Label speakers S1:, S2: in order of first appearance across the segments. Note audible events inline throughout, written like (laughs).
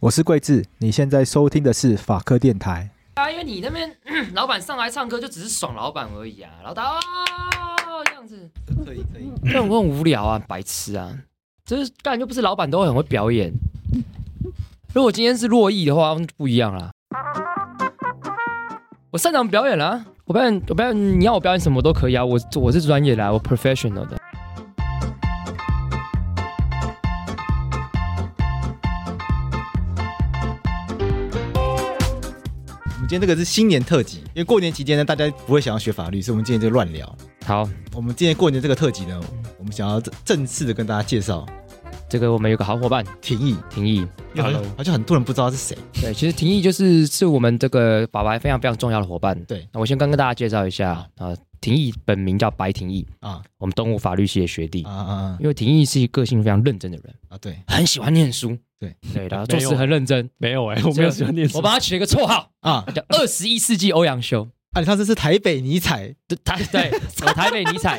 S1: 我是桂智，你现在收听的是法科电台。
S2: 啊，因为你那边嗯老板上来唱歌就只是爽老板而已啊，老大、哦、这样子，
S1: 可以可以，
S2: 这种很无聊啊，白痴啊，就是干就不是老板都会很会表演。如果今天是洛毅的话，那就不一样啦。我擅长表演啦、我表演我表演，你要我表演什么都可以啊，我我是专业的、啊，我 professional 的。
S1: 我们今天这个是新年特辑，因为过年期间呢，大家不会想要学法律，所以我们今天就乱聊。
S2: 好，
S1: 我们今天过年这个特辑呢，我们想要正式的跟大家介绍
S2: 这个我们有个好伙伴
S1: 廷义，
S2: 廷义
S1: 因为好像好像很多人不知道他是谁。
S2: 对，其实廷义就是是我们这个爸爸非常非常重要的伙伴。
S1: 对
S2: 那我先刚跟大家介绍一下啊、廷义本名叫白廷义，
S1: 啊
S2: 我们东吴法律系的学弟
S1: 啊。啊
S2: 因为廷义是一个个性非常认真的人，
S1: 啊！对，
S2: 很喜欢念书，
S1: 对
S2: 对，然后
S3: 没
S2: 做
S3: 有
S2: 事很认真。
S3: 没有哎、我没有喜欢念书。
S2: 我帮他取了一个绰
S3: (laughs)
S2: 号
S1: 啊，
S2: 叫“二十一世纪欧阳修
S1: 啊，你上次是台北尼采，”，
S2: 对他
S3: (laughs)
S2: 对我台北尼采，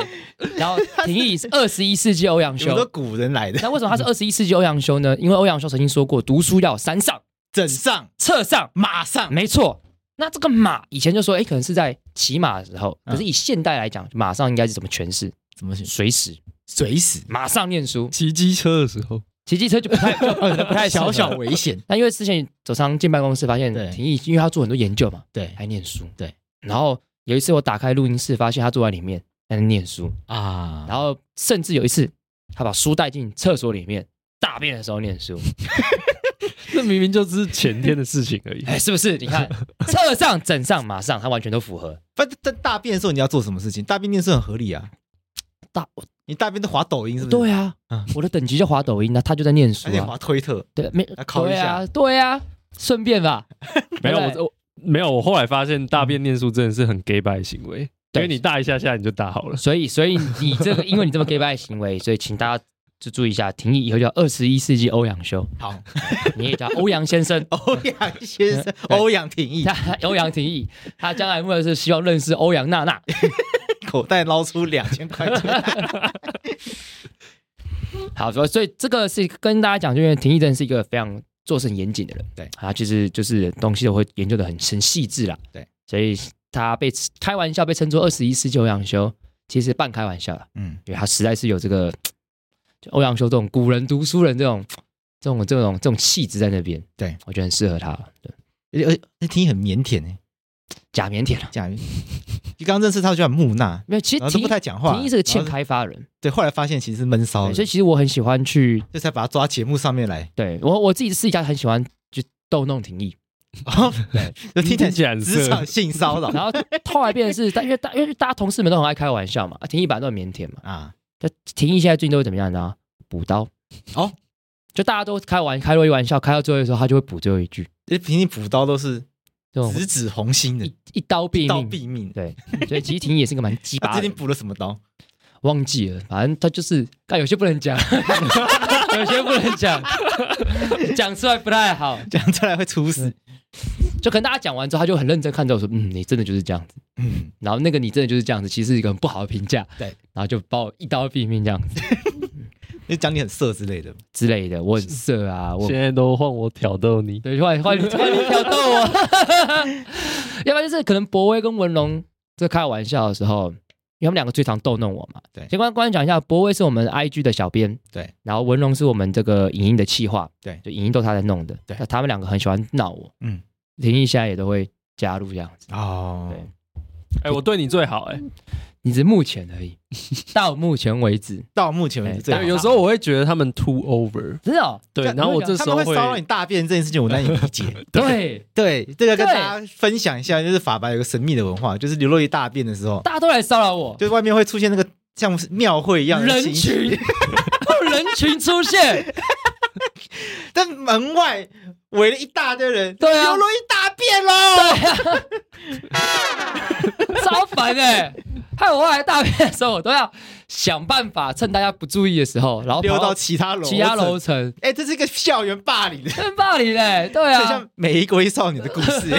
S2: 然后廷义是二十一世纪欧阳
S1: 有个
S2: 修。
S1: 古人 (laughs) 来的，
S2: 那为什么他是二十一世纪欧阳修呢？因为欧阳修曾经说过，读书要有三上：
S1: 枕上
S2: 厕上、
S1: 马上
S2: 没错。那这个马以前就说，哎，可能是在骑马的时候，
S1: 嗯
S2: 可是以现代来讲，马上应该是怎么诠释？
S1: 怎么写？
S2: 随时
S1: 随 (laughs) 时
S2: 马上念书，
S3: 骑机车的时候，
S2: 骑机车就不
S3: (laughs)
S2: 太就可能不太适合
S1: 哦小小。危险，
S2: 那因为之前走上进办公室，发现
S1: 对
S2: 廷义，因为他做很多研究嘛，
S1: (laughs) 对
S2: 还念书。
S1: 对，
S2: 然后有一次我打开录音室，发现他坐在里面在那念书，
S3: 嗯
S1: 啊，
S2: 然后甚至有一次他把书带进厕所里面。大便的时候念
S3: (laughs)
S2: 书，
S3: 那明明就只是 (laughs) 前天的事情而已。 (laughs)
S2: 哎，是不是？你看，厕上、枕上、马上，他完全都符合。
S1: 不，但大便的时候你要做什么事情？大便念是很合理啊，
S2: 大
S1: 你大便都滑抖音是不是？
S2: 对啊
S1: 嗯，
S2: 我的等级就滑抖音，那他就在念书
S1: 而且
S2: 啊。
S1: 滑推特，
S2: 对，没
S1: 来考一
S2: 对啊，对啊，顺便吧。
S3: 没有，
S2: 对不对
S3: 我我没有，我后来发现大便念书真的是很 gay 白的行为，因
S2: 对
S3: 为你大一下下你就大好了。
S2: 所以，所以你这个，因为你这么 gay 拜的行为，所以请大家就注意一下，廷义以后叫二十一世纪欧阳
S1: (laughs)
S2: 修，
S1: 好，。
S2: 你也叫欧阳先生
S1: (laughs) 欧阳先 (laughs) 生，
S2: 对
S1: 欧阳挺义，
S2: 他欧阳廷义，他将来目的是希望认识欧阳娜娜。
S1: 口袋捞出两千块钱，
S2: 好，所以所以这个是跟大家讲，就因为廷义真的是一个非常做事很严谨的人，
S1: 对
S2: 他其实就是东西都会研究的很很细致啦，
S1: 对，
S2: 所以他被开玩笑被称作二十一世纪欧阳修，其实半开玩笑啦。
S1: (laughs) 嗯，
S2: 因为他实在是有这个就欧阳修这种古人读书人这种这种这种这种气质在那边。
S1: 对，
S2: 我觉得很适合他。对，
S1: 而且而且那挺义很腼腆哎，
S2: 假腼腆了，啊
S1: 假 (laughs) 如就刚认识他就很木讷，
S2: 没有，其
S1: 然
S2: 实廷
S1: 后都不
S2: 义
S1: 太讲话，
S2: 廷义是个欠
S1: 然后哦
S2: 开发的人，
S1: 对，后来发现其实是闷骚
S2: 对
S1: 的，
S2: 所以其实我很喜欢去
S1: 这才把他抓到节目上
S2: (laughs)
S1: 面来，
S2: 对我我自己私底下很喜欢去逗弄廷义，
S1: 哦就听
S3: 听
S1: 起
S3: 起
S1: 来
S3: 来很
S1: 职
S3: 色
S1: 场性骚
S2: (laughs)
S1: 扰
S2: 然后后来变成是，但因为大因为大家同事们都很爱开玩笑嘛，啊廷义本来都很腼腆嘛，
S1: 啊，
S2: 就廷义现在最近都会怎么样，你知道吗？补刀
S1: 哦。
S2: 就大家都开玩开了一玩笑，开到最后的时候，他就会补最后一句，
S1: 因为平时补刀都是
S2: 这种
S1: 直指红心的
S2: 一，一刀毙
S1: 一刀
S2: 命。
S1: 毙命。
S2: 对，所以其实廷义也是个蛮鸡
S1: 他
S2: 巴的
S1: 最
S2: 人
S1: 近。补了什么刀？ (laughs)
S2: 忘记了，反正他就是，但有些不能讲， (laughs) 有些不能讲， (laughs) 讲出来不太好。
S1: 这样再来会出事。
S2: 就可能大家讲完之后，他就很认真看着我说：“嗯，你真的就是这样子。
S1: 嗯，”
S2: 然后那个你真的就是这样子，其实是一个很不好的评价。
S1: 对，
S2: 然后就把我一刀毙命这样子。
S1: 就讲你很色之类的。
S2: 之类的，我很色啊，我
S3: 现在都换我挑逗你，
S2: 对，换
S1: (laughs)
S2: 换你换你挑逗我，啊 (laughs) 要不然就是可能博威跟文龙在开玩笑的时候，因为他们两个最常逗弄我嘛。
S1: 对
S2: 先跟观众讲一下，博威是我们 IG 的小编，
S1: 对，
S2: 然后文龙是我们这个影音的企划，
S1: 对
S2: 就影音都他在弄的，
S1: 对
S2: 那他们两个很喜欢闹我，
S1: 嗯，
S2: 林毅现在也都会加入这样子，
S1: 哦
S2: 对
S3: 哎，我对你最好
S1: 嗯
S3: 哎。
S2: 你只是目前而
S1: (laughs)
S2: 已，到目前为止，
S1: 到目前为止，
S2: 哎
S1: 最好
S2: 对
S3: 有时候我会觉得他们 too over，
S2: 真的哦、
S3: 对，
S1: 这样
S3: 然后我这时
S1: 他们
S3: 候
S1: 会骚扰
S3: 会
S1: 你大便这件事情，我难以理
S2: (laughs)
S1: 解。
S2: 对，
S1: 对，这个跟
S2: 对
S1: 大家分享一下，就是法白有个神秘的文化，就是流落于大便的时候，
S2: 大家都来骚扰我，
S1: 就是外面会出现那个像是庙会一样的
S2: 人
S1: 情形
S2: 群， (laughs) 人群出现，
S1: 但门外围了一大堆人，
S2: 对啊
S1: 流落一大便喽。
S2: 超烦哎、
S1: (laughs)
S2: 害我后来大便的时候，我都要想办法趁大家不注意的时候，然后
S1: 溜
S2: 哦跑
S1: 到其他楼，
S2: 其他楼，层，
S1: 哎，这是一个校园霸凌，
S2: 真霸凌嘞！对
S1: (laughs) 很
S2: 啊，
S1: 像每一位少女的故
S2: (laughs)
S1: 事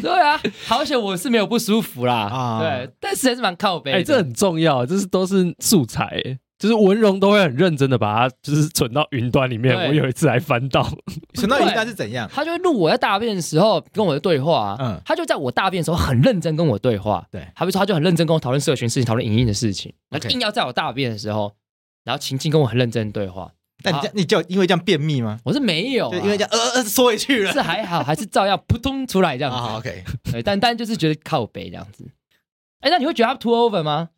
S2: 对啊，好险我是没有不舒服啦。
S1: 啊
S2: 对，但是还是蛮靠背的。
S3: 哎，这很重要，这是都是素材哎。就是文荣都会很认真的把它，就是存到云端里面。
S2: 对
S3: 我有一次还翻到，
S1: 存到云端是怎样？
S2: 他就会录我在大便的时候跟我的对话、啊，
S1: 嗯
S2: 他就在我大便的时候很认真跟我对话，
S1: 对
S2: 他就说他就很认真跟我讨论社群事情，讨论影音的事情，然
S1: OK
S2: 后硬要在我大便的时候，然后情境跟我很认真地对话，
S1: 那你
S2: 好
S1: 这样你就因为这样便秘吗？
S2: 我是没有、啊，
S1: 就因为这样呃呃缩回去了。
S2: 是还好，还是照样扑通出来这样子。
S1: 啊，OK，
S2: 对，但但就是觉得靠北这样子。哎，那你会觉得他 too over 吗？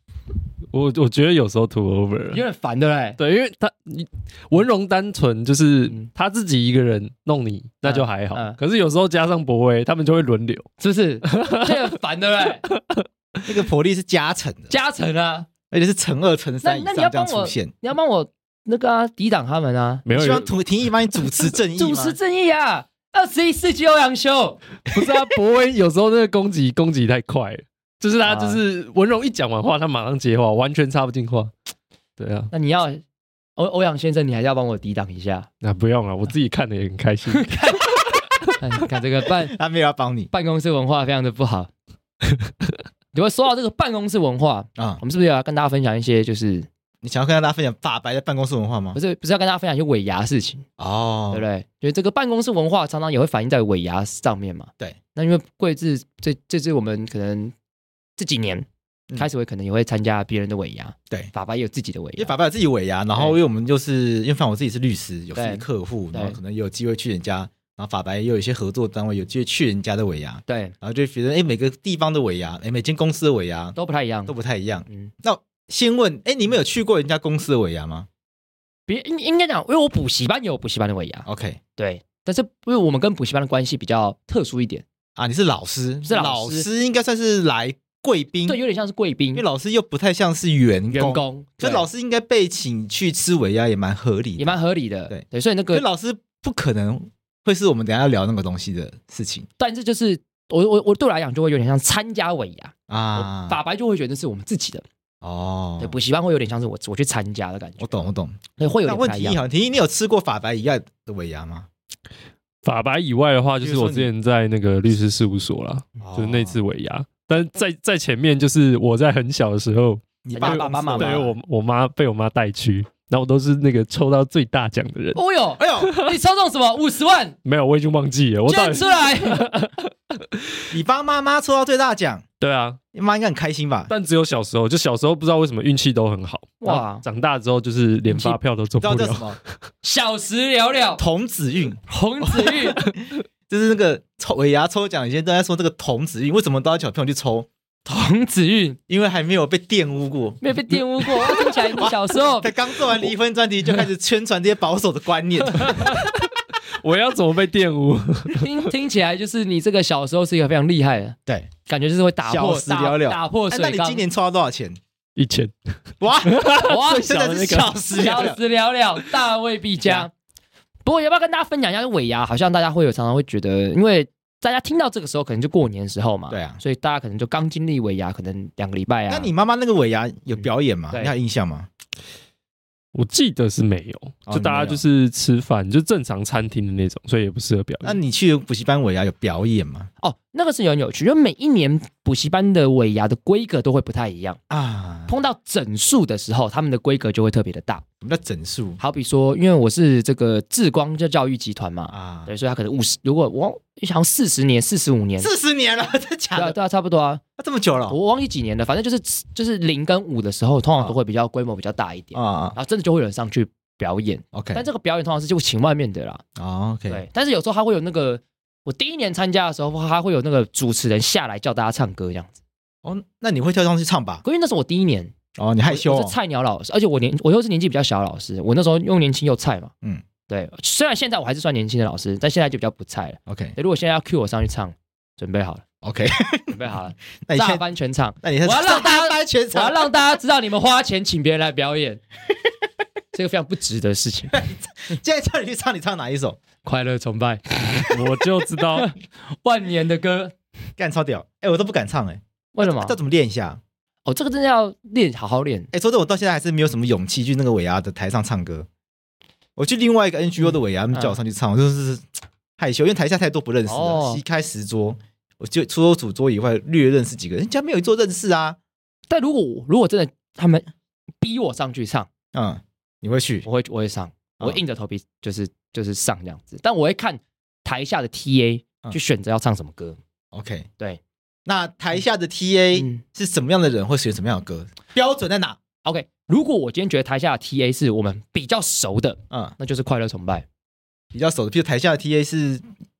S3: 我我觉得有时候 too over 了
S2: 有。点烦，对不对？
S3: 对，因为他你文荣单纯就是
S2: 嗯
S3: 他自己一个人弄你，那就还好。
S2: 嗯
S3: 可是有时候加上博威，他们就会轮流。
S2: 是不是？就很烦，对不对？
S1: 那个婆力是加成的，
S2: 加成啊，
S1: 而且是乘二乘三以
S2: 那那
S1: 上
S2: 你要
S1: 这样
S2: 帮我
S1: 出现。
S2: 你要帮我那个啊，抵挡他们啊，
S3: 没有
S1: 希望
S3: 人
S1: 涂廷义帮你主持正义吗
S2: 主持正义啊，二十一世纪欧阳修，
S3: 不是啊，博威有时候那个攻击攻击太快了，就是他
S2: 啊
S3: 就是文荣一讲完话，他马上接话，完全插不进话。对 (laughs) 啊，
S2: 那你要欧欧阳先生，你还是要帮我抵挡一下。
S3: 那啊不用了，我自己看的也很开 (laughs) 心。
S2: 哎看这个办
S1: 他没有要帮你
S2: 办公室文化非常的不好。 (laughs) 如果说到这个办公室文化，
S1: 啊、
S2: 我们是不是也要跟大家分享一些，就是
S1: 你想要跟大家分享法白的办公室文化吗
S2: 不？是不是要跟大家分享一些尾牙事情？
S1: 哦
S2: 对不对？就是这个办公室文化常常也会反映在尾牙上面嘛。
S1: 对，
S2: 那因为贵志这这次我们可能这几年、
S1: 嗯
S2: 开始会可能也会参加别人的尾牙，
S1: 对
S2: 法白也有自己的尾
S1: 因为
S2: 牙，
S1: 法白有自己尾牙，然后因为我们就是因为反正我自己是律师，有自己
S2: 对
S1: 客户，
S2: 对
S1: 然后可能也有机会去人家，然后法白也有一些合作单位有机会去人家的尾牙，
S2: 对，
S1: 然后就觉得哎每个地方的尾牙，哎每间公司的尾牙
S2: 都不太一样
S1: 都。不太一样。
S2: 嗯，
S1: 先问哎你们有去过人家公司的尾牙吗
S2: 别应应该讲，因为我补习班也有补习班的尾牙，
S1: ？OK
S2: 对，但是因为我们跟补习班的关系比较特殊一点，
S1: 啊你是老师，
S2: 是
S1: 老
S2: 老师
S1: 师应该算是来贵宾，
S2: 对，有点像是贵宾
S1: 因为老师又不太像是员工，
S2: 员工，对
S1: 所以老师应该被请去吃尾牙也蛮合理
S2: 也
S1: 的，
S2: 蛮合理的，
S1: 对
S2: 对，所以那
S1: 所
S2: 个，
S1: 以老师不可能会是我们等一下要聊那个东西的事情
S2: 但是就是我我我对我来讲就会有点像参加尾牙，
S1: 啊
S2: 我。法白就会觉得是我们自己的，
S1: 哦，
S2: 对，补习班会有点像是我我去参加的感觉，
S1: 我懂，我懂。
S2: 对，会有
S1: 那
S2: 点不
S1: 问
S2: 太一
S1: 题
S2: 样
S1: 好。像，提议你有吃过法白以外的尾牙吗？
S3: 法白以外的话，就是
S1: 比如
S3: 我
S1: 说你
S3: 之前在那个律师事务所啦，就是那次
S1: 哦，
S3: 尾牙。但是在在前面，就是我在很小的时候，
S1: 你
S2: 爸
S1: 爸
S2: 爸妈妈
S1: 对
S3: 对
S1: 我，
S3: 我我妈被我妈带去，然后我都是那个抽到最大奖的人。
S2: 哦哟，
S1: 哎
S2: (laughs)
S1: 呦，
S2: 你抽中什么？五十万
S3: 没有，我已经忘记了。我到
S2: 捐
S3: 底
S2: 出来， (laughs)
S1: 你帮妈妈抽到最大奖，
S3: 对啊，
S1: 你妈应该很开心吧？
S3: 但只有小时候，就小时候不知道为什么运气都很好。
S2: 哇
S3: 哇，长大之后就是连发票都中
S1: 你知
S3: 不
S1: 道叫什
S3: 了。
S1: 么？
S2: 小时了了，
S1: 童子运，
S2: 童子玉，
S1: 就是那个抽尾牙抽奖，以前都在说这个童子运，为什么都要小朋友去抽？
S2: 童子玉
S1: 因为还没有被玷污过。
S2: (laughs) 没有被玷污过。哇听起来你小时 (laughs) 候
S1: 他刚做完离婚专题就开始宣传这些保守的
S2: (laughs)
S1: 观念，
S3: (laughs) 我要怎么被玷污？
S2: 听听起来就是你这个小时候是一个非常厉害的，
S1: 对。
S2: 感觉就是会打破
S1: 小时了了
S2: 打打破
S1: 哎那
S2: 水
S1: 你
S2: 缸
S1: 今。年抽到多
S2: (laughs)
S1: 少钱？
S3: 一千，
S1: 哇，
S2: 哇，
S1: 真的是小时了
S2: 小
S1: 了。
S2: 时了了，大未必佳。不过要不要跟大家分享一下尾牙？好像大家会有常常会觉得，因为大家听到这个时候可能就过年时候嘛，
S1: 对啊
S2: 所以大家可能就刚经历尾牙，可能两个礼拜啊。
S1: 那你妈妈那个尾牙有表演吗？
S2: 对
S1: 你还有印象吗？
S3: 我记得是没
S1: 哦
S3: 有，就大家
S1: 你没有
S2: 嗯
S3: 就是吃饭，就正常餐厅的那种，所以也不适合表
S1: 那
S3: 演。
S1: 你去补习班尾牙有表演吗？
S2: 哦，那个是很有趣，因为每一年补习班的尾牙的规格都会不太一样，
S1: 啊，
S2: 碰到整数的时候，他们的规格就会特别的大。
S1: 什么叫整数
S2: 好比说，因为我是这个智光教教育集团嘛，
S1: 啊？
S2: 对，所以他可能五十，如果我好像四十年、四十五年，
S1: 四十年了，真假
S2: 对啊，
S1: 的？
S2: 对啊，差不多啊，
S1: 啊这么久了
S2: 我忘记几年了，反正就是就是零跟五的时候，通常
S1: 哦
S2: 都会比较规模比较大一点，
S1: 啊啊
S2: 然后真的就会有人上去表演，
S1: ？OK，
S2: 但这个表演通常是就请外面的啦，
S1: 哦 OK，
S2: 对，但是有时候他会有那个。我第一年参加的时候，他会有那个主持人下来叫大家唱歌这样子，
S1: 哦，那你会跳上去唱吧？
S2: 因为那是我第一年，
S1: 哦，你害羞
S2: 我
S1: 哦
S2: 是菜鸟老师，而且我年我又是年纪比较小的老师，我那时候又年轻又菜嘛。嗯
S1: 嗯，
S2: 对，虽然现在我还是算年轻的老师，但现在就比较不菜了。
S1: ？OK
S2: 对如果现在要 cue 我上去唱，准备
S1: (laughs)
S2: 好了，
S1: OK，
S2: 准备好了，
S1: 那你
S2: 大
S1: 哎现在
S2: 班全场，
S1: 那你现在
S2: 我要让大家
S1: 大班全
S2: 我要
S1: 场，
S2: 让大家知道你们花钱请别人来表演， (laughs) 这个非常不值得事
S1: (laughs)
S2: 情。
S1: (laughs) 现在叫你去唱，你唱哪一首？
S2: 快乐崇拜，
S3: 我就知
S1: (laughs)
S3: 道，
S2: 万年的歌，
S1: 干超屌！哎，我都不敢唱哎，
S2: 为什么
S1: 这？怎么练一下？
S2: 哦，这个真的要练，好好练。
S1: 哎，说真的，我到现在还是没有什么勇气去那个尾牙的台上唱歌。我去另外
S2: 嗯
S1: 一个 NGO 的尾牙，他们叫我上去唱，我就是害羞，因为台下太多不认识
S2: 哦
S1: 了，席开十桌，我就除了我主桌以外，略认识几个人，人家没有一桌认识啊。
S2: 但如果我如果真的他们逼我上去唱，
S1: 嗯，你会去
S2: 我会我会上，我会
S1: 嗯
S2: 硬着头皮就是就是上这样子，但我会看台下的 TA
S1: 嗯
S2: 去选择要唱什么歌。
S1: ？OK，
S2: 对。
S1: 那台下的 TA
S2: 嗯
S1: 是什么样的人会选什么样的歌？标准在哪？
S2: ，OK，如果我今天觉得台下的 TA 是我们比较熟的，
S1: 嗯，
S2: 那就是快乐崇拜。
S1: 比较熟的，譬如台下的 TA 是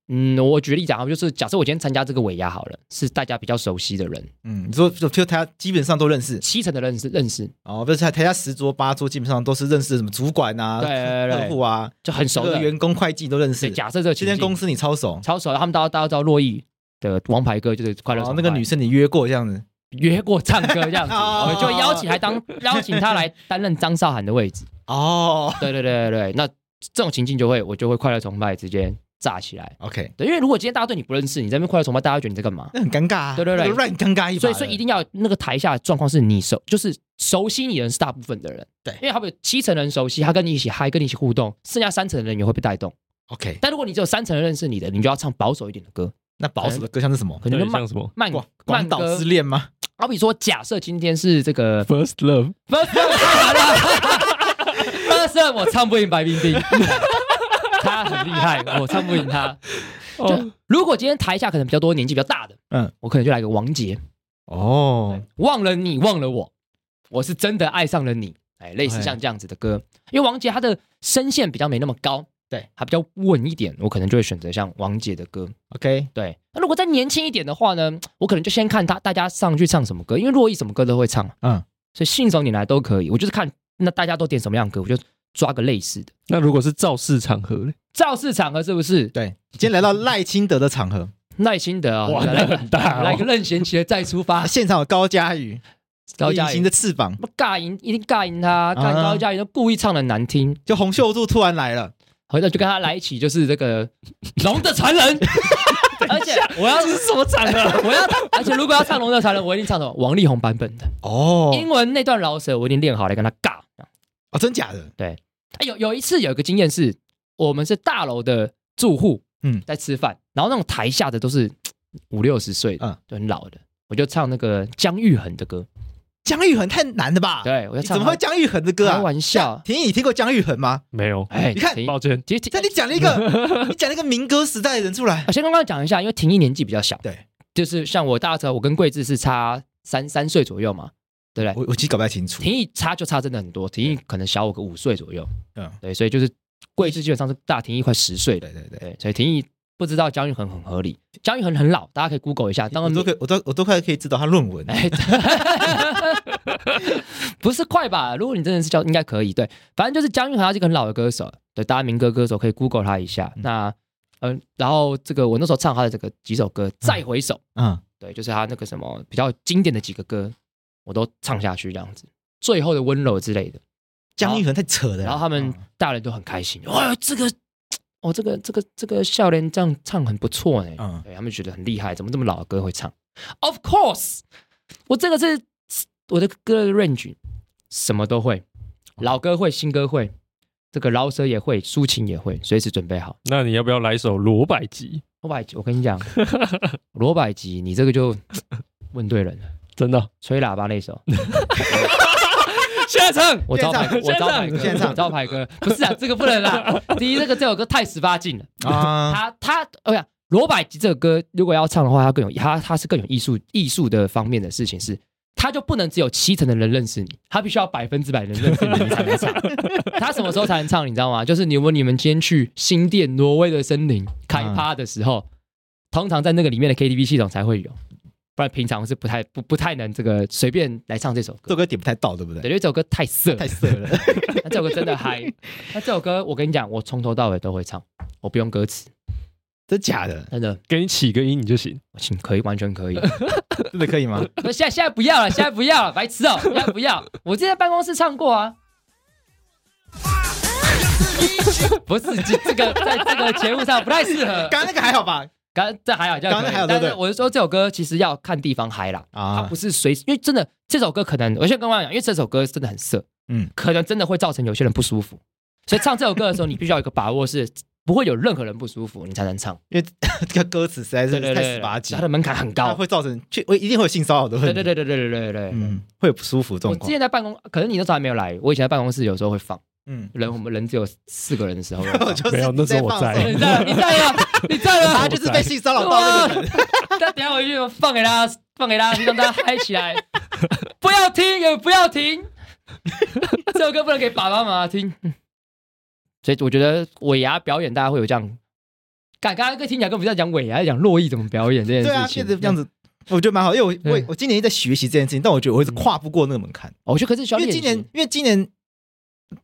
S2: 嗯，我举例讲啊，就是假设我今天参加这个尾牙好了，是大家比较熟悉的人，
S1: 嗯，你说就就他基本上都认识
S2: 七成的认识认识，
S1: 哦，不是台台下十桌八桌基本上都是认识的，什么主管啊、
S2: 对对对
S1: 客户啊、
S2: 就很熟
S1: 这
S2: 的
S1: 个。员工、会计都认识
S2: 对，。假设这个
S1: 今天公
S2: 公
S1: 司你超熟，
S2: 超熟的，他们大家大家知道洛伊的王牌歌就是快乐
S1: 然后
S2: 崇
S1: 哦那
S2: 拜，
S1: 个女生你约过这样子，
S2: 约过唱歌这样子，
S1: (laughs) 哦
S2: 我就邀请来
S1: (laughs)
S2: 当邀请她来担任张韶涵的位置。
S1: 哦
S2: 对对对对对，那这种情境就会我就会快乐崇拜直接炸起来。
S1: ，OK，
S2: 对，因为如果今天大家对你不认识，你在那边快乐崇拜，大家会觉得你在干嘛？
S1: 那很尴尬啊，
S2: 对对对
S1: 那个乱尴尬一把的，
S2: 所以所以一定要那个台下的状况是你熟，就是熟悉你的人是大部分的人，
S1: 对
S2: 因为好比有七成人熟悉，他跟你一起嗨，跟你一起互动，剩下三成的人也会被带动。
S1: OK。
S2: 但如果你只有三成人认识你的，你就要唱保守一点的歌，
S1: 那保守的歌像是什么？
S2: 可能就
S3: 对，
S2: 慢
S3: 像什么
S2: 慢
S1: 广
S2: 慢
S1: 广岛
S2: 歌
S1: 之。恋吗？
S2: 好比说，假设今天是这个
S3: First Love，
S2: First Love，我唱不赢白冰冰，他很厉害，我唱不赢他。就
S3: 哦，
S2: 如果今天台下可能比较多年纪比较大的，嗯
S1: 嗯，
S2: 我可能就来个王杰，
S1: 哦，
S2: 忘了你，忘了我，我是真的爱上了你，哎，类似像这样子的歌，因为王杰他的声线比较没那么高，
S1: 对，
S2: 他比较稳一点，我可能就会选择像王杰的歌，
S1: OK，
S2: 对。那如果再年轻一点的话呢，我可能就先看他大家上去唱什么歌，因为洛艺什么歌都会唱，啊
S1: 嗯，
S2: 所以信手拈来都可以，我就是看那大家都点什么样的歌，我就抓个类似的。
S3: 那如果是造势场合呢，
S2: 造势场合是不是？
S1: 对，今天来到赖清德的场
S2: (laughs)
S1: 合，
S2: 耐心的啊、
S3: 哇，
S2: 来
S3: 那
S2: 个
S3: 很大
S2: 来个
S3: 哦，
S2: 任贤齐的再出
S3: (laughs)
S2: 发，
S1: 啊现场有高佳宇，
S2: 啊高嘉
S1: 隐
S2: 瑜
S1: 形的翅膀，
S2: 不尬赢，一定尬赢他，干
S1: 啊
S2: 高嘉瑜都故意唱的难听，
S1: 就洪秀柱突然来了，
S2: 回头就跟他来一起就是这个龙的传 (laughs) 人，而且我要
S3: 是什么场合？
S2: 我要，而且如果要唱龙的传人，我一定唱什么王力宏版本的，
S1: 哦，
S2: 英文那段饶舌我一定练好来跟他尬。
S1: 哦，真假的？
S2: 哎，有有一次有一个经验是，我们是大楼的住户，嗯
S1: 嗯，
S2: 在吃饭，然后那种台下的都是五六十岁的
S1: 嗯，
S2: 就很老的，我就唱那个姜育恒的歌，
S1: 姜育恒太难了吧？
S2: 对我就
S1: 啊你
S2: 唱
S1: 怎么会姜育恒的歌
S2: 开
S1: 啊？
S2: 玩笑，
S1: 婷宜，你听过姜育恒 (laughs) 吗？
S3: 没有，
S2: 哎，
S1: 你看
S2: 停
S3: 抱歉，
S2: 其实
S1: 但你讲了一 (laughs) 个，你讲了一个民歌时代的人出来
S2: 我，先刚刚讲一下，因为婷宜年纪比较小，
S1: 对，
S2: 就是像我大家知道，我跟桂智是差三三岁左右嘛，对不对？
S1: 我我其实搞不太清楚。
S2: 婷宜差就差真的很多，婷宜可能小我个五岁左右，嗯
S1: 嗯，
S2: 对，所以就是桂智基本上是大婷宜快十岁的，
S1: 对对对，
S2: 对，所以婷宜不知道姜育恒很合理，姜育恒很老，大家可以 Google 一下，当
S1: 我
S2: 然
S1: 都可以，我都我都快可以知道他论文。
S2: 哎，不是快吧？如果你真的是叫，应该可以。对，反正就是姜育恒，他是一个很老的歌手，对，大家民歌歌手可以 Google 他一下。那嗯、然后这个我那时候唱他的这个几首歌，《再回首》
S1: 嗯，
S2: 对，就是他那个什么比较经典的几个歌，我都唱下去这样子，最后的温柔之类的。
S1: 姜育恒太扯了啦。
S2: 然后他们
S1: 嗯
S2: 大人都很开心，哇，这个，哦，这个这个这个笑脸这样唱很不错呢，
S1: 嗯
S2: 对他们觉得很厉害，怎么这么老的歌会唱？Of course，我这个是我的歌的 range，什么都会，
S1: 哦
S2: 老歌会，新歌会，这个饶舌也会，抒情也会，随时准备好。
S3: 那你要不要来一首罗百吉？
S2: 罗百吉，我跟你
S1: (laughs)
S2: 讲，罗百吉，你这个就问对人了。
S3: 真的。
S2: 吹喇叭那首，
S3: 现在唱，
S2: 我招牌
S1: 现，
S2: 我招牌歌，
S1: 现场
S2: 我招牌歌，不是啊，这个不能啦。第一，这个这首歌太十八禁了。
S1: 啊，
S2: 他他，我想罗百吉这个歌，如果要唱的话，他更有他他是更有艺术艺术的方面的事情是。他就不能只有七成的人认识你，他必须要百分之百的人认识你，你才能唱。他什么时候才能唱？你知道吗？就是你问你们今天去新店挪威的森林开趴的时候，通常在那个里面的 KTV 系统才会有，不然平常是不太不不太能这个随便来唱这首歌。
S1: 这首歌点不太到，对不
S2: 对，
S1: 对？
S2: 因为这首歌太色了，
S1: 太色 (laughs) 了，
S2: 那这首歌真的嗨。那这首歌我跟你讲，我从头到尾都会唱，我不用歌词，
S1: 真假的？
S2: 真的，
S3: 给你起个音你就行。
S2: 我行，可以，完全可以。
S1: 真的可以吗？
S2: 那现在 (laughs) 现在不要了，现在不要了，白痴哦、现在不要。我之前在办公室唱过啊。 (laughs) 不是这这个在这个节目上不太适合。
S1: 刚刚那个还好吧？
S2: 刚刚这还好，这样可以
S1: 刚刚还好对
S2: 但
S1: 不对
S2: 是我是说这首歌其实要看地方嗨啦，它
S1: 啊
S2: 不，是随，因为真的这首歌可能，我先跟我讲，因为这首歌真的很色，
S1: 嗯，
S2: 可能真的会造成有些人不舒服，所以唱这首歌的时候，你必须要有一个把握是。不会有任何人不舒服，你才能
S1: (laughs)
S2: 唱。
S1: 因为这个歌词实在
S2: 对
S1: 是
S2: 对
S1: 太
S2: 对，
S1: 十八禁
S2: 它，的门槛很
S1: 它
S2: 高。
S1: 会造成，确我一定会有性骚扰的
S2: 对
S1: 问
S2: 对
S1: 题。
S2: 对对对对对对。
S1: 嗯，会有不舒服
S2: 我
S1: 状
S2: 之
S1: 况。
S2: 前在办公，可能你那时候还没有来。我以前在办公室有时候会放
S1: 嗯，
S2: 人，我们人只有四个人的时候，
S1: 我就是
S3: 没有那时候我在 (laughs)
S1: 放
S2: (laughs)
S1: 松
S2: 你在了，你在了，你在了，
S1: 他就是被性骚扰到那个人。
S2: 但等一下回去放给大家，放给大家，让大家嗨起来， (laughs) 不要听，也不要停，这首歌不能给爸爸妈妈听。嗯所以我觉得尾牙表演大家会有这样，刚刚刚听起来根本不像讲尾牙，在讲洛毅怎么表演这嗯件
S1: 对啊，
S2: 事
S1: 现
S2: 情。
S1: 在这样，子，我觉得蛮好，因为我我
S2: 对
S1: 我今年一直在学习这件事情，但我觉得我一直跨不过那个门槛，
S2: 哦我觉得可是需
S1: 因
S2: 要练
S1: 为
S2: 习
S1: 今年，因为今年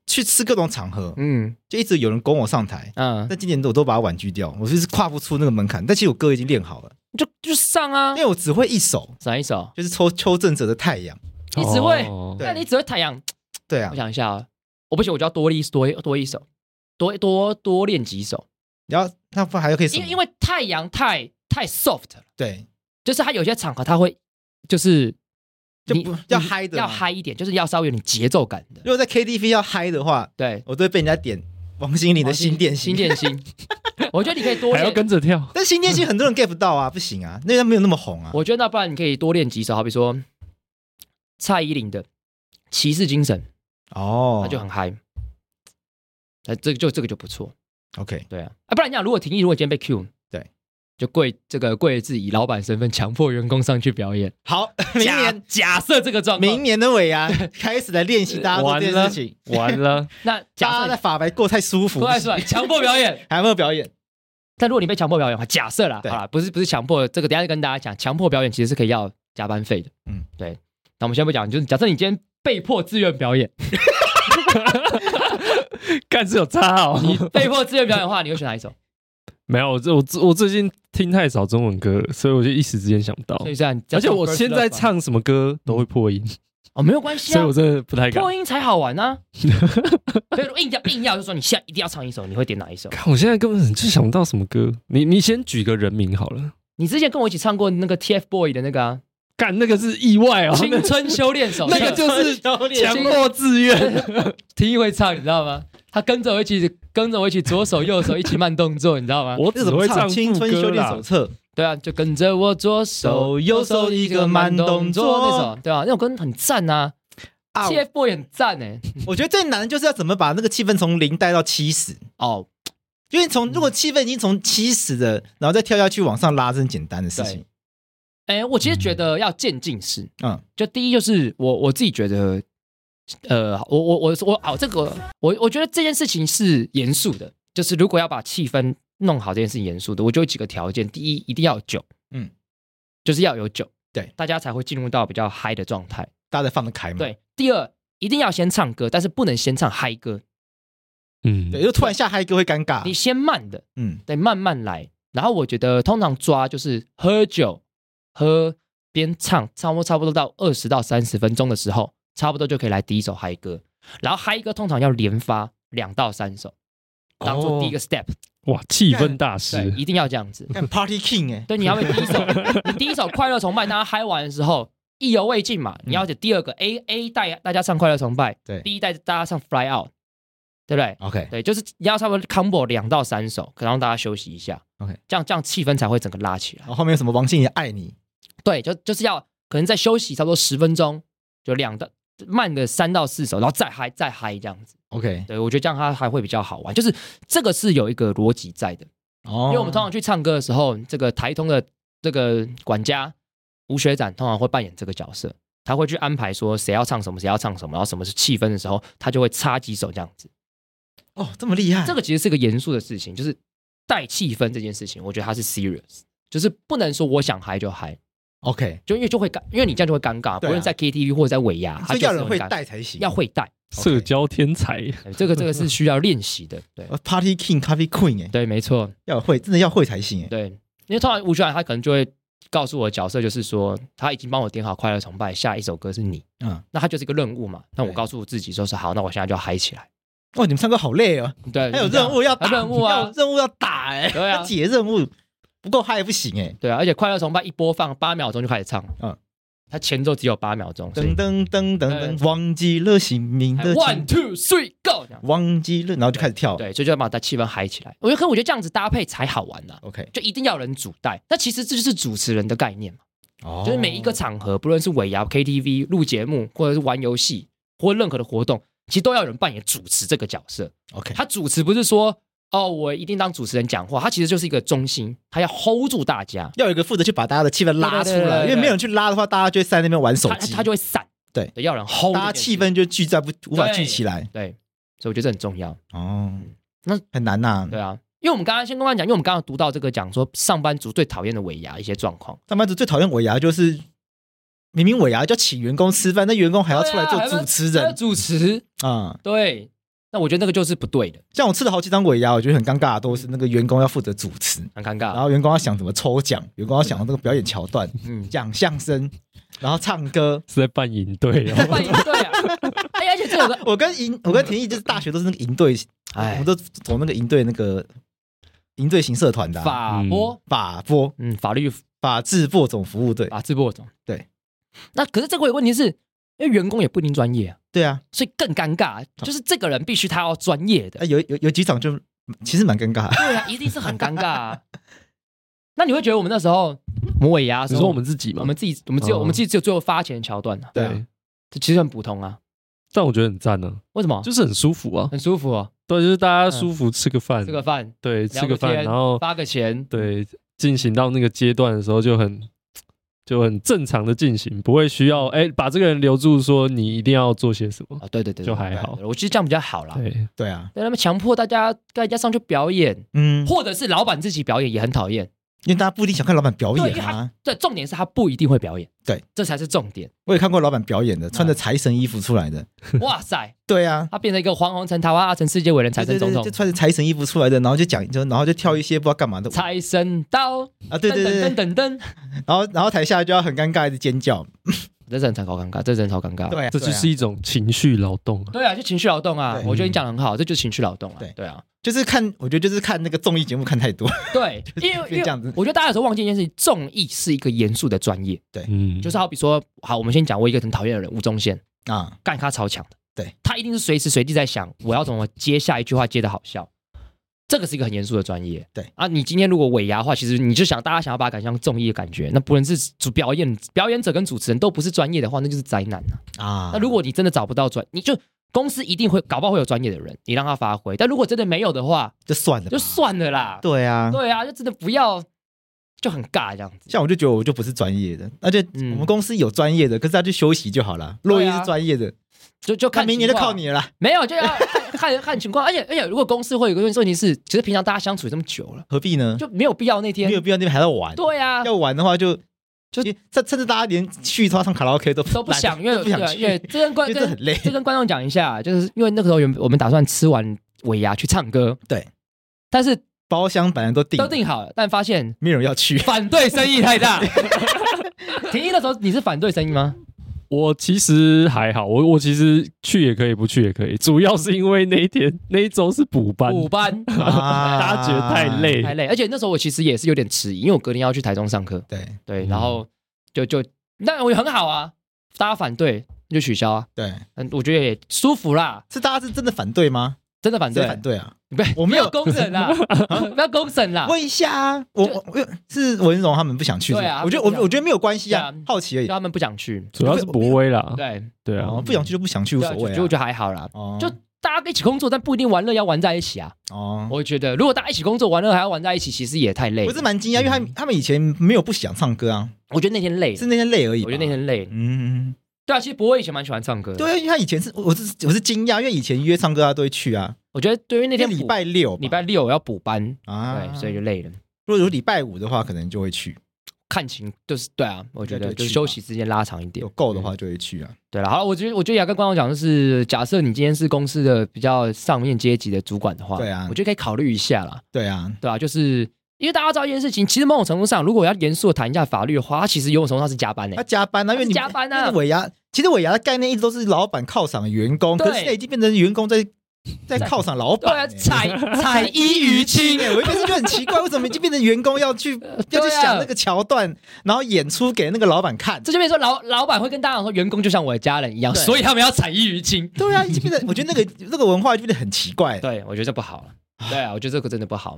S1: 去吃各种场合，
S2: 嗯
S1: 就一直有人拱我上台，
S2: 嗯，
S1: 但今年我都把它婉拒掉，我就是跨不出那个门槛。但其实我歌已经练好了，
S2: 就就上啊
S1: 因，为我只会一首，
S2: 上一首，
S1: 就是抽邱正哲的《太阳》。
S2: 你只会
S3: 哦
S1: 对
S2: 那你只会太阳。
S1: 对啊
S2: 我，想一下啊，我不行，我就要多一多多一首，多多多练几首，
S1: 然后那不还可以什
S2: 因为
S1: 么？
S2: 因为太阳太太 soft 了，
S1: 对，
S2: 就是它有些场合它会就是
S1: 就
S2: 你
S1: 不
S2: 你
S1: 要嗨的嘛
S2: 要嗨一点，就是要稍微有点节奏感的
S1: 如，果在 KTV 要嗨的话，
S2: 对，
S1: 我都会被人家点王心凌的《新电
S2: 新
S1: 心》。
S2: 点心， (laughs) 我觉得你可以多
S3: 还要
S2: 练。
S3: 跟着
S1: (laughs)
S3: 跳，
S1: 但新电信很多人 get 不到啊，不行啊，那个没有那么红啊。
S2: 我觉得那不然你可以多练几首，好比说蔡依林的《骑士精神》，
S1: 哦
S2: 那就很嗨。那这个就这个就不错，
S1: OK，
S2: 对啊，啊，不然你讲，如果廷义如果今天被 Q，
S1: 对，
S2: 就贵这个贵自以老板身份强迫员工上去表演，
S1: 好， (laughs) 明
S2: 假
S1: 年
S2: 假设这个状况，
S1: 明年的尾牙
S2: (laughs)
S1: 开始来练习大家做这件事情，
S3: 完了，
S2: 那
S1: 大
S2: 假
S1: 家
S2: 设
S1: 在法白过太舒服，
S2: 不爱说强迫表演，
S1: (laughs) 还有没有表
S2: (laughs)
S1: 演？
S2: 但如果你被强迫表演的话，假设啦，好
S1: 对
S2: 啦，不是不是强迫，这个等一下就跟大家讲，强迫表演其实是可以要加班费的，嗯
S1: 嗯，
S2: 对。那我们先不讲，就是假设你今天被迫自愿表演，
S3: (laughs) 干是有差哦。
S2: 你被迫自愿表演的话，你会选哪一首？
S3: (laughs) 没有，我这我最我最近听太少中文歌，所以我就一时之间想不到。
S2: 所以这样，
S3: 而且我现在唱什么歌都会破音，
S2: 哦，没有关系
S3: 所以
S2: 啊
S3: 我，真的不太敢
S2: 破。音才好玩啊。所以如果硬要硬要就说你现在一定要唱一首，你会点哪一首？
S3: 看我现在根本就想不到什么歌。你你先举个人名好了。
S2: 你之前跟我一起唱过那个 TFBOY 的那个啊
S3: 干那个是意外哦，
S2: 《青春修炼 (laughs) 手册》，
S3: 那个就是 (laughs) 强
S2: 青
S3: 迫自愿。
S2: 听一会唱，你知道吗？他跟着我一起，跟着我一起左手右手一起慢动作，你知道吗？
S3: 我
S1: 这
S3: 只
S1: 怎么
S3: 会唱
S1: 唱《青
S3: 副
S1: 春修
S3: 歌
S1: 炼
S3: 啦
S1: 手。册》？
S2: 对啊，就跟着我左手右手一个慢动作那种，对啊，那首歌很赞呐、啊、
S1: 啊
S2: ，TFBOY 很赞哎、
S1: 我觉得最难的就是要怎么把那个气氛从零带到七十，
S2: 哦，
S1: 因为从如果气氛已经从七十的，然后再跳下去往上拉，是很简单的事情。
S2: 哎、我其实觉得要渐进式，嗯
S1: 嗯，
S2: 就第一就是我我自己觉得，呃，我我我我哦，这个我我觉得这件事情是严肃的，就是如果要把气氛弄好，这件事情严肃的，我就有几个条件，第一一定要有酒，嗯
S1: 嗯，
S2: 就是要有酒，
S1: 对，嗯
S2: 大家才会进入到比较嗨的状态。
S1: 大家才放得开嘛。
S2: 对，第二一定要先唱歌，但是不能先唱嗨歌，
S3: 嗯，
S1: 对，就突然下嗨歌会尴尬
S2: 你。先慢的，
S1: 嗯，
S2: 对，慢慢来。然后我觉得通常抓就是喝酒，喝边唱，差不多差不多到二十到三十分钟的时候，差不多就可以来第一首嗨歌。然后嗨歌通常要连发两到三首，当做第一个 step，、
S3: 哇，气氛大
S2: 对，
S3: 师，
S2: 一定要这样子。
S1: 看 Party King 哎，
S2: 对，你要为第一首，你第一首快乐崇拜，大家嗨完的时候意犹未尽嘛，你要写第二个 A A 带大家唱快乐崇拜，
S1: 对
S2: ，B 带大家唱 Fly Out，对不对？
S1: OK，
S2: 对，就是你要差不多 combo 两到三首，可能让大家休息一下。
S1: OK
S2: 这样这样气氛才会整个拉起来
S1: 然。后后面有什么王心怡爱你，
S2: 对，就就是要可能再休息差不多十分钟，就两到慢个三到四首，然后再嗨再嗨这样子。
S1: OK，
S2: 对我觉得这样它还会比较好玩，就是这个是有一个逻辑在的，
S1: 哦，
S2: 因为我们通常去唱歌的时候，这个台通的这个管家吴学展通常会扮演这个角色，他会去安排说谁要唱什么，谁要唱什么，然后什么是气氛的时候，他就会插几首这样子。
S1: 哦这么厉害，
S2: 这个其实是个严肃的事情，就是带气氛这件事情，我觉得它是 serious，就是不能说我想嗨就嗨。
S1: OK，
S2: 就因为就会尴，因为你这样就会尴尬，不
S1: 对啊
S2: 论在 KTV 或者在尾牙，它
S1: 所
S2: 啊
S1: 以
S2: 就
S1: 要
S2: 是
S1: 人
S2: 很
S1: 会
S2: 尴尬，
S1: 带才行，
S2: 要会带，
S3: 社交天才，
S2: 对这个这个是需要练习的，对
S1: 呃 Party King、Coffee Queen 哎，
S2: 对，没错，
S1: 要会真的要会才行哎，
S2: 对，因为通常吴学然他可能就会告诉我角色，就是说他已经帮我点好《快乐崇拜》，下一首歌是你，
S1: 嗯，
S2: 那他就是一个任务嘛，那我
S1: 对
S2: 告诉我自己说是好，那我现在就要嗨起来，
S1: 哇你们唱歌好累哦，
S2: 对，
S1: 还有
S2: 就这样
S1: 任务要打，
S2: 任务啊
S1: 要有任务要打哎，
S2: 对啊
S1: 要解任务不够嗨不行哎，
S2: 对啊，而且《快乐崇拜》一播放八秒钟就开始唱，嗯
S1: 嗯，
S2: 他前奏只有八秒钟，所以
S1: 噔噔噔噔噔，忘记了姓名的
S2: one
S1: 情哦
S2: two three go，这样
S1: 忘记了，然后就开始跳，
S2: 对，所以就要把它气氛嗨起来，我觉得可我觉得这样子搭配才好玩呐、
S1: ，OK，
S2: 就一定要有人主带。那其实这就是主持人的概念嘛，
S1: 哦
S2: 就是每一个场合，不论是尾牙、KTV、录节目，或者是玩游戏，或任何的活动，其实都要有人扮演主持这个角色。
S1: OK，
S2: 他主持不是说哦，我一定当主持人讲话，他其实就是一个中心，他要 hold 住大家，
S1: 要有一个负责去把大家的气氛拉出
S2: 对对对对
S1: 来，
S2: 对
S1: 因为没有人去拉的话，大家就会在那边玩手
S2: 他
S1: 机，
S2: 他就会散，
S1: 对
S2: 要有人 hold
S1: 大家
S2: 这件
S1: 气
S2: 事，
S1: 氛就聚在不无法
S2: 对
S1: 聚起来。
S2: 对，所以我觉得这很重要，
S1: 哦，
S2: 那
S1: 很难呐、
S2: 对啊。因为我们刚刚先跟他讲，因为我们刚刚读到这个讲说上班族最讨厌的尾牙一些状况，
S1: 上班族最讨厌尾牙就是，明明尾牙就要请员工吃饭，那员工还要出来
S2: 啊
S1: 做主持
S2: 还
S1: 人
S2: 有主持，
S1: 啊、嗯
S2: (laughs) 对，那我觉得那个就是不对的，
S1: 像我吃了好几张尾牙，我觉得很尴尬，都是那个员工要负责主持，
S2: 很尴尬
S1: 然。后员工要想怎么抽奖，员工要想那个表演桥
S2: (laughs)
S1: 段，
S2: 嗯，
S1: 讲相声，然后唱歌。
S3: 是在扮营队哦。
S2: 办一个对啊， (laughs) 哎，而且这有个，
S1: 我跟营，我跟田毅就是大学都是那个营队，
S2: (laughs)
S1: 我
S2: 哎
S1: 们，都从那个营队那个营队型社团的、啊、
S2: 法播，
S1: 法播
S2: 嗯，法律
S1: 法制播总服务队。
S2: 法制播种，
S1: 对。
S2: 那可是这个有问题是，因为员工也不一定专业啊，
S1: 对啊，
S2: 所以更尴尬。就是这个人必须他要专业
S1: 啊
S2: 的，
S1: 有有有几场就其实蛮尴尬的。
S2: 对啊，一定是很尴尬啊。那你会觉得我们那时候磨尾牙的时
S3: 只
S2: 候，
S3: 说我们自己嘛
S2: 我，们自己我们只有
S3: 哦
S2: 我们自己只有最后发钱的桥段啊，
S1: 对啊
S3: 对，
S2: 这其实很普通啊。
S3: 但我觉得很赞啊呢，
S2: 为什么？
S3: 就是很舒服啊。
S2: 很舒服哦，
S3: 对，就是大家舒服吃个饭
S2: 吃，个饭，
S3: 对，
S2: 嗯聊
S3: 吃个饭，
S2: 天
S3: 然后
S2: 发个钱，
S3: 对进行到那个阶段的时候就很就很正常的进行，不会需要哎把这个人留住，说你一定要做些什么，
S2: 啊，对对对，
S3: 就还好
S2: 对。我觉得这样比较好啦。
S3: 对，
S1: 对啊，
S2: 对，他们强迫大家跟人家上去表演，
S1: 嗯，
S2: 或者是老板自己表演也很讨厌。
S1: 因为大家不一定想看老板表
S2: 对因为
S1: 演
S2: 他
S1: 啊。
S2: 这重点是他不一定会表演，
S1: 对，
S2: 这才是重点。
S1: 我也看过老板表
S2: 嗯
S1: 演的，穿着财神衣服出来的。
S2: 哇塞，
S1: 对啊，
S2: 他变成一个黄宏成、台湾阿成世界伟人、财神
S1: 对对
S2: 总
S1: 对
S2: 统
S1: 就、穿着财神衣服出来的，然后就讲，就然后就跳一些不知道干嘛的
S2: (laughs)
S1: 舞
S2: 财神到，
S1: 啊，对对对
S2: 噔
S1: 对，
S2: 噔噔噔噔，
S1: 然后然后台下就要很尴尬的尖叫。
S2: 这真的超尴尬，这真的超尴尬。
S1: 对啊，
S3: 这就是
S1: 对啊
S3: 一种情绪劳动啊。
S2: 对啊，就情绪劳动啊，
S1: 对
S2: 我觉得你讲的很好，这就是情绪劳动啊
S1: 对。
S2: 对啊，
S1: 就是看，我觉得就是看那个综艺节目看太多，
S2: 对， (laughs) 因为因
S1: 变 (laughs) 这
S2: 为
S1: 样子。
S2: 我觉得大家有时候忘记一件事情，综艺是一个严肃的专业，
S3: 嗯，
S2: 就是好比说，好，我们先讲我一个很讨厌的人吴宗宪，
S1: 啊，
S2: 干他超强的，
S1: 对
S2: 他一定是随时随地在想我要怎么接下一句话接的好笑，这个是一个很严肃的专业，
S1: 对
S2: 啊，你今天如果尾牙的话，其实你就想大家想要把它赶上综艺的感觉，那不论是主表演表演者跟主持人都不是专业的话，那就是灾难啊。
S1: 啊，
S2: 那如果你真的找不到专，你就公司一定会搞不好会有专业的人，你让他发挥，但如果真的没有的话，
S1: 就算了吧，
S2: 就算了啦，
S1: 对啊。
S2: 对啊，就真的不要，就很尬这样子。
S1: 像我就觉得我就不是专业的，而且
S2: 嗯
S1: 我们公司有专业的，可是他去休息就好了。洛伊是专业的，
S2: 就就
S1: 看
S2: 看
S1: 明年就
S2: 情况
S1: 靠你了啦，
S2: 没有，就要看看 (laughs) 看情况，而且而且，如果公司会有一个问题是，其实平常大家相处这么久了，
S1: 何必呢？
S2: 就没有必要那天
S1: 没有必要那边还要玩。
S2: 对啊，
S1: 要玩的话就
S2: 就
S1: 就甚甚至大家连去他唱卡拉 OK 都
S2: 都不想，
S1: 懒
S2: 因为
S1: 都不想
S2: 对啊因为
S1: 去，
S2: 这跟观
S1: (laughs) 因为这
S2: 跟
S1: 很累。
S2: 这跟观众讲一下，就是因为那个时候原我们打算吃完尾牙去唱歌，
S1: 对，
S2: 但是
S1: 包厢本来都定
S2: 都
S1: 了，
S2: 定好了，但发现
S1: 没有人要 (laughs) 去。
S2: 反对声音太
S1: (laughs)
S2: 大。婷一那时候你是反对声音吗？
S3: 我其实还好，我我其实去也可以，不去也可以，主要是因为那一天 (laughs) 那一周是补班，
S2: 五班
S3: 大家觉得太。累，
S2: 太累，而且那时候我其实也是有点迟疑，因为我隔天要去台中上课，
S1: (laughs) 对
S2: 对，
S3: 嗯
S2: 然后就就那我也很好啊，大家反对就取消啊，
S1: 对，
S2: 嗯，我觉得也舒服啦。
S1: 是大家是真的反对吗？
S2: 真的反
S1: 谁
S2: 对，
S1: 反对啊？
S2: 不是
S1: 我没
S2: 没
S1: 有
S2: 有公审
S1: (laughs)
S2: 啦，不要公审啦，
S1: 问一下啊，我我我是文荣他们不想去，
S2: 对啊
S1: 我觉得我
S2: 不想
S1: 我觉得没有关系啊
S2: 对啊，
S1: 好奇而
S2: 就
S1: 已。
S2: 他们不想去，
S3: 主要是博威啦，
S2: 对，
S3: 对啊，
S1: 哦，不想去就不想去，无
S2: 对啊
S1: 所谓
S2: 就
S1: 啊。
S2: 就我觉得还好啦，
S1: 哦
S2: 就大家一起工作，但不一定玩乐要玩在一起啊。
S1: 哦，
S2: 我觉得如果大家一起工作，玩乐还要玩在一起，其实也太累
S1: 我
S2: 了。
S1: 是蛮惊讶，因为他们他们以前没有不想唱歌啊，
S2: 我觉得那天累了，
S1: 是那天累而已吧。
S2: 我觉得那天累了。
S1: 嗯，
S2: 对啊，其实博威以前蛮喜欢唱歌的。，
S1: 对啊，因为他以前是我是我是惊讶，因为以前约唱歌他都会去啊，
S2: 我觉得对于那
S1: 那
S2: 天
S1: 天礼
S2: 补
S1: 拜六吧
S2: 礼拜六要补班，
S1: 啊，
S2: 对，所以就累了。
S1: 如果有礼拜五的话，可能就会去，
S2: 看情就是对啊，我觉
S1: 那
S2: 得
S1: 就去
S2: 就
S1: 吧
S2: 休息时间拉长一点
S1: 有。够的话就会去啊。
S2: 对了，好了，我觉得我觉得也要跟观众讲，就是假设你今天是公司的比较上面阶级的主管的话，
S1: 对啊
S2: 我觉得可以考虑一下啦，
S1: 对啊，
S2: 对啊，就是因为大家知道一件事情，其实某种程度上，如果要严肃的谈一下法律的话，它其实有种程度上是加班呢、
S1: 他加班啊，因为你
S2: 加班啊
S1: 因为尾牙，其实尾牙的概念一直都是老板犒赏员工，
S2: 对
S1: 可是现在已经变成员工在
S2: 在
S1: 在犒赏老
S2: 对啊，
S1: 板、欸。
S2: 采
S1: (laughs)
S2: 采衣娱亲
S1: 哎、，我一开始就很奇怪，为什么已经变成员工要去要去
S2: 对啊
S1: 想那个桥段，然后演出给那个老板
S2: (laughs)
S1: 看？
S2: 这就变成说老老板会跟大家讲说，员工就像我的家人一样，
S1: 对
S2: 所以他们要产衣于亲。
S1: 对啊，已经变得，我觉得那个那个文化就变得很奇怪。
S2: 对，我觉得这不好了。对啊，我觉得这个真的不好。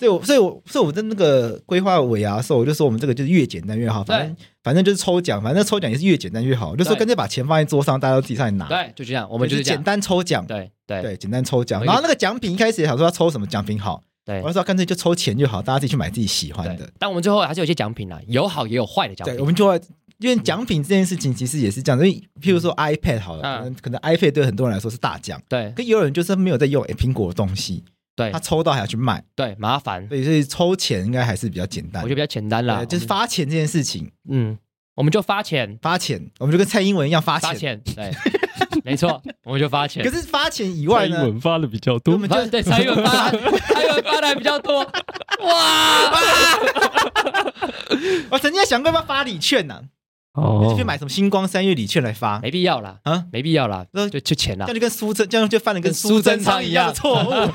S1: 所以我，所以我，所以我在那个规划尾牙的时候，我就说我们这个就是越简单越好，反正反正就是抽奖，反正抽奖也是越简单越好，我就说
S2: 对
S1: 干脆把钱放在桌上，大家都自己上来拿，
S2: 对，就这样，我们
S1: 啊
S2: 就
S1: 就
S2: 是
S1: 是
S2: 这
S1: 简
S2: 样。
S1: 单抽奖，
S2: 对对
S1: 对，简单抽奖。
S2: 我一个
S1: 然后那个奖品一开始也想说要抽什么奖品好，
S2: 对
S1: 我就说干脆就抽钱就好，大家自己去买自己喜欢
S2: 对
S1: 的。。
S2: 但我们最后还是有一些奖品啦，有好也有坏的奖
S1: 对，
S2: 品
S1: 我。们就会因为奖品这件事情其实也是这样，因为譬如说 iPad 好了，
S2: 嗯
S1: 可能可能 iPad 对很多人来说是大奖，
S2: 对
S1: 可也有人就是没有在用诶苹果的东西，
S2: 对
S1: 他抽到还要去卖，
S2: 对，麻烦，
S1: 所以所以抽钱应该还是比较简
S2: 我
S1: 单
S2: 觉得。比较简单啦
S1: 啊对，，就是
S2: 我们
S1: 发钱这件事情，
S2: 嗯，我们就发钱
S1: 发钱，我们就跟蔡英文一样发
S2: 发
S1: 钱。
S2: 钱，对， (laughs) 没错，我们就发钱
S1: 可。是发钱以
S3: 蔡
S1: 外
S3: 英
S1: 呢，
S3: 文发的比较多
S1: 我，们
S2: 啊
S1: 就啊
S2: 对，蔡英文
S1: (laughs)
S2: 发，蔡英文发的还比较多，哇，
S1: 我曾经在想过要不要发礼券呐，
S3: 哦。
S1: 就去买什么星光三月礼券来发，
S2: 没必要啦，
S1: 啊
S2: 没必要啦，
S1: 那
S2: 就就钱啦
S1: 这样，就跟苏贞，这样就犯了跟
S2: 啊跟苏
S1: 苏贞
S2: 贞昌
S1: 昌一
S2: 一
S1: 样的
S2: 样
S1: 错误。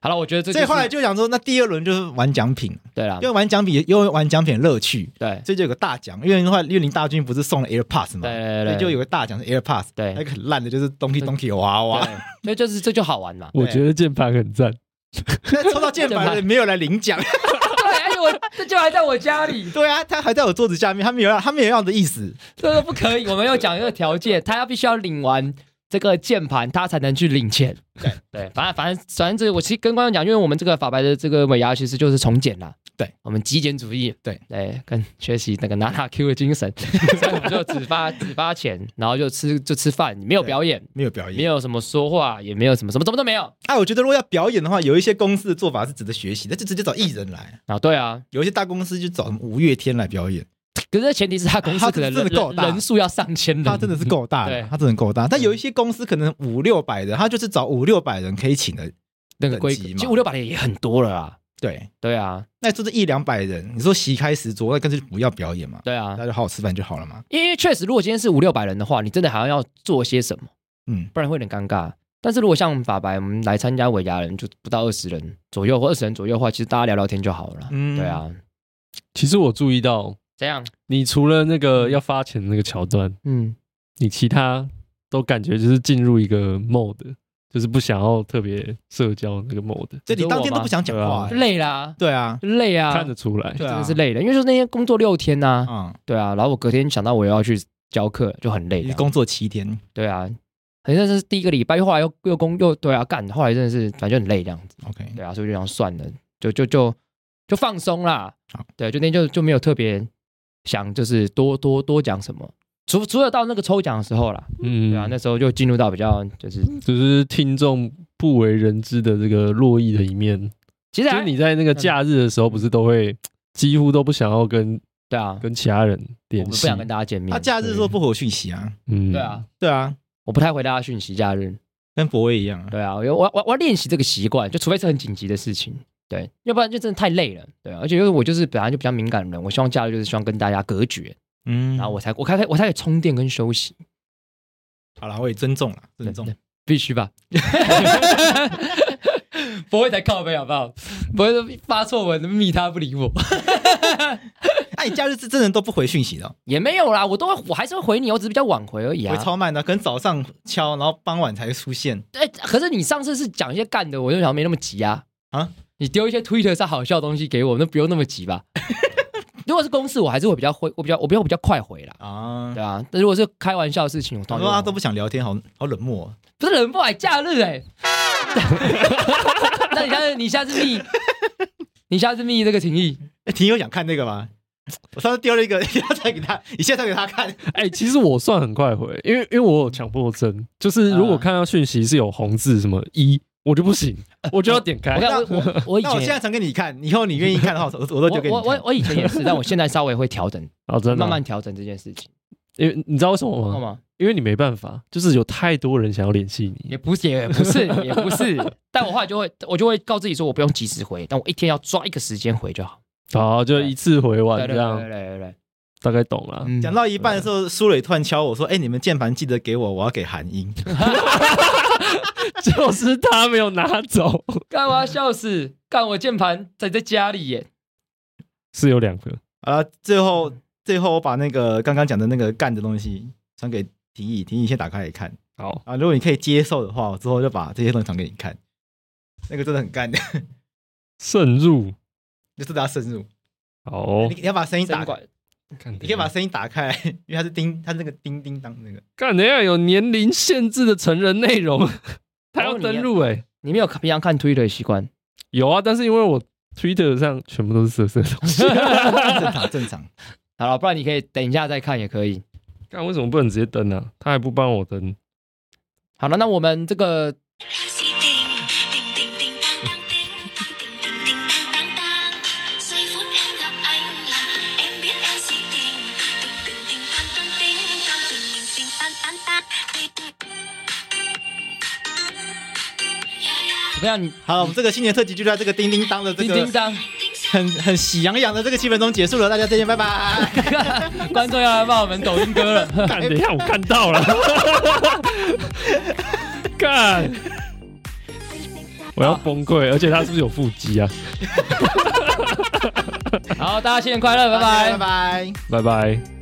S2: 好了，我 (laughs) 觉得这
S1: 所以
S2: 就是啊
S1: 后来就想说，那第二轮就是玩奖品，
S2: 对啦
S1: 因，为玩奖品，因为玩奖品的乐趣，
S2: 对
S1: 所以就有个大奖。因为的话，因为林大军不是送了
S2: 对
S1: AirPods 嘛，
S2: 对
S1: 所
S2: 对，
S1: 以就有个大奖是 AirPods，
S2: 对
S1: 那个很烂的就是 Donkey Donkey 娃娃，
S2: 对，所以就是这就好玩嘛
S3: 我觉得键盘很赞，
S1: 那抽到键盘的没有来
S2: (laughs)
S1: 领
S2: (laughs)
S1: 奖。
S2: 对，而且我这就还在我家里，
S1: 对啊，他还在我桌子下面，他没有要，他没有要的意思。
S2: 这个不可以。我们有讲一个条件，他要必须要领完这个键盘，他才能去领钱。
S1: 对
S2: 对，反正反正反正这我其实跟观众讲，因为我们这个法白的这个尾牙其实就是从简啦。
S1: 对，
S2: 我们极简主义。
S1: 对
S2: 对，跟学习那个拿拿 Q 的精 (laughs) 神，所以我们就只发只发钱，然后就吃就吃饭，没有表演，
S1: 没有表
S2: 没
S1: 演，
S2: 有什么说话，也没有什么什么什么都没有。
S1: 哎、啊，我觉得如果要表演的话，有一些公司的做法是值得学习，那就直接找艺人来。
S2: 啊，对啊，
S1: 有一些大公司就找什么五月天来表演，
S2: 可是前提是他公司
S1: 他
S2: 可能
S1: 真
S2: 人
S1: 的够
S2: 人
S1: 大
S2: 人数要上千人，
S1: 他真的是够大的
S2: 对，嗯
S1: 他真的够大。但有一些公司可能五六百人，他就是找五六百人可以请的，
S2: 那个规格，
S1: 等
S2: 其
S1: 级嘛
S2: 实五六百也很多了啦。
S1: 对。
S2: 对啊，
S1: 那就是一两百人，你说席开十桌，那干脆就不要表演嘛，
S2: 对啊
S1: 大，家就好好吃饭就好了嘛。
S2: 因为确实，如果今天是五六百人的话，你真的好像要做些什么，
S1: 嗯，
S2: 不然会有点尴尬。但是如果像法白，我们来参加尾牙人就不到二十人左右或二十人左右的话，其实大家聊聊天就好了啦。
S1: 嗯
S2: 对啊，
S3: 其实我注意到，
S2: 这样，
S3: 你除了那个要发钱的那个桥段，
S2: 嗯，
S3: 你其他都感觉就是进入一个 mode，就是不想要特别社交那个 mode，
S1: 所以你当天都不想讲话、欸
S2: 累啦，
S1: 对啊，
S2: 就累啊，
S3: 看得出来
S2: 就
S1: 对。
S2: 真
S1: 啊
S2: 的是累的，因为就是那天工作六天呐、
S1: 嗯，
S2: 对啊，然后我隔天想到我又要去教课，就很累
S1: 你
S2: 的。
S1: 工作七天，
S2: 对啊，好像是第一个礼拜，后来又又工又对啊干，后来真的是反正就很累这样子。
S1: OK，
S2: 对啊，所以就想算了，就就就就放松啦
S1: 好。
S2: 对，就那天就就没有特别想，就是多多多讲什么。除除了到那个抽奖的时候啦，
S3: 嗯，
S2: 对啊，那时候就进入到比较就是，
S1: 嗯
S3: 就是听众不为人知的这个洛邑的一面。
S2: 其实
S3: 就是
S2: 还
S3: 你在那个假日的时候，不是都会几乎都不想要跟
S2: 对啊，
S3: 跟其他人
S2: 我
S3: 联
S2: 不
S3: 系，
S2: 想跟大家见面
S1: 他。啊假日说不回我讯息啊，
S3: 嗯
S2: 对啊，，
S1: 对啊，
S2: 我不太回大家讯息，假日。
S1: 跟博威一样啊。
S2: 对啊，我我我我要练习这个习惯，就除非是很紧急的事情，对，要不然就真的太累了，对啊、而且因为我就是本来就比较敏感的人，我希望假日就是希望跟大家隔绝，
S1: 嗯，
S2: 然后我才我才可以我才可以充电跟休息，
S1: 好了，我也尊重了，
S2: 对
S1: 尊重 (laughs)
S2: 对。必须 (laughs) 吧？不会才靠背好不好？不会发错文，密他不理我。
S1: 哎，你假日是真的都不回讯息的哦，
S2: 也没有啦，我都会，我还是会回你，我只是比较晚回而已啊
S1: 回。超慢的，可能早上敲，然后傍晚才出现。
S2: 哎，可是你上次是讲一些干的，我就想没那么急啊。
S1: 啊，
S2: 你丢一些 Twitter 上好笑的东西给我，那不用那么急 (laughs) 吧？如果是公事，我还是会比较会，我比较我比较比较快回啦。
S1: 啊
S2: 对，哎啊，但如果是开玩笑的事情，我
S1: 我
S2: 当
S1: 说他
S2: 然
S1: 都不想聊天，好好冷漠哦。
S2: 不是人不来假日 (laughs) 哎、那你下次你下次密，你下次密这个情谊，
S1: 哎，婷有想看那个吗？我上次丢了一个， (laughs) 你要再给他，你现在再给他看。
S3: 哎、其实我算很快回，因为因为我有强迫症，就是如
S2: 嗯
S3: 果看到讯息是有红字什么一，我就不行，哎我就要点开
S2: 我。看我我我以
S1: 那我现在
S2: 前
S1: 传给你看，以后你愿意看的话，我我都丢给
S2: (laughs) 我
S1: 你
S2: 我我
S1: 看。
S2: 我以前也是，但我现在稍微会调整，
S3: 哦，真的哦
S2: 慢
S3: 啊，
S2: 慢调整这件事情，
S3: 因为你知道为什么
S2: 好
S3: 吗？
S2: 吗？
S3: 因为你没办法，就是有太多人想要联系你。
S2: 也不是也不是也不是，但我后来就会我就会告自己说，我不用及时回，但我一天要抓一个时间回就好。
S3: 好，哦就一次回
S2: 对
S3: 完
S2: 对对
S3: 这
S2: 对
S3: 样，
S2: 对对，
S3: 大概懂了。
S2: 嗯
S1: 讲到一半的时候，苏磊突然敲我说：“哎，你们键盘记得给我，我要给韩英。
S3: (laughs) 就是他没有拿走，
S2: 干嘛笑死？干我键盘在在家里耶，
S3: 是有两个。”
S2: (laughs)
S1: 啊，最后最后我把那个刚刚讲的那个干的东西传给婷宜，婷宜先打开来看
S3: 好，
S1: 啊。如果你可以接受的话，我之后就把这些东西传给你看。那个真的很干的，
S3: 慎入。
S1: 就是大家深入。
S3: 好哦
S2: 哎
S1: 你，你要把声音打
S2: 真
S1: 开，
S2: 管
S1: 你
S3: 你
S1: 可以把声音打开， (laughs) 因为它是叮，它是那个叮叮当那个。
S3: 干，等一下有年龄限制的成人内容，他要
S2: 哦你
S3: 登录哎、
S2: 你没有平常看 Twitter 的习惯，
S3: 有啊，但是因为我 Twitter 上全部都是色色
S2: (laughs)
S3: 的东西，
S1: 正常正常。
S2: 好了，不然你可以等一下再看也可以。
S3: 干为什么不能直接登呢、啊？他还不帮我登，
S2: 好了，那我们这个怎么样？你
S1: 好，我们这个新年特辑就在这个叮叮当的这
S2: 叮叮
S1: 个
S2: 当，
S1: 很很喜洋洋的这个气氛中结束了，大家再见，拜拜。
S2: 观众要来骂我们抖音哥
S3: (laughs)
S2: 了。
S3: 干，等一下我看到了， (laughs) 干，我要崩溃，而且他是不是有腹肌啊？
S2: 好，大家新年快乐，拜拜
S1: 拜。拜。
S3: 拜拜。